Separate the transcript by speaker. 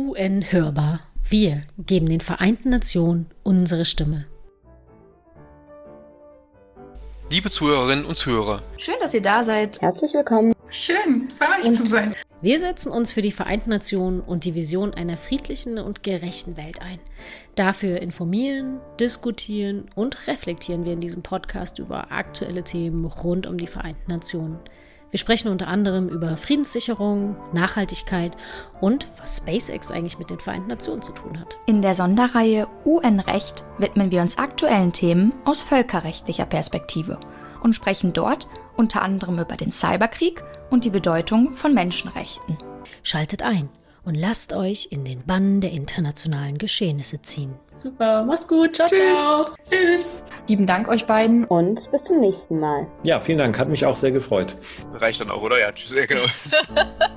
Speaker 1: UN hörbar. Wir geben den Vereinten Nationen unsere Stimme.
Speaker 2: Liebe Zuhörerinnen und Zuhörer,
Speaker 3: Schön, dass ihr da seid.
Speaker 4: Herzlich willkommen.
Speaker 5: Schön, bei euch zu sein.
Speaker 1: Wir setzen uns für die Vereinten Nationen und die Vision einer friedlichen und gerechten Welt ein. Dafür informieren, diskutieren und reflektieren wir in diesem Podcast über aktuelle Themen rund um die Vereinten Nationen. Wir sprechen unter anderem über Friedenssicherung, Nachhaltigkeit und was SpaceX eigentlich mit den Vereinten Nationen zu tun hat.
Speaker 3: In der Sonderreihe UN-Recht widmen wir uns aktuellen Themen aus völkerrechtlicher Perspektive und sprechen dort unter anderem über den Cyberkrieg und die Bedeutung von Menschenrechten.
Speaker 1: Schaltet ein und lasst euch in den Bann der internationalen Geschehnisse ziehen.
Speaker 6: Super, macht's gut. Ciao,
Speaker 5: Tschüss.
Speaker 6: ciao.
Speaker 5: Tschüss.
Speaker 3: Lieben Dank euch beiden.
Speaker 4: Und bis zum nächsten Mal.
Speaker 7: Ja, vielen Dank. Hat mich auch sehr gefreut.
Speaker 2: reicht dann auch, oder? Ja, tschüss. Ja, genau.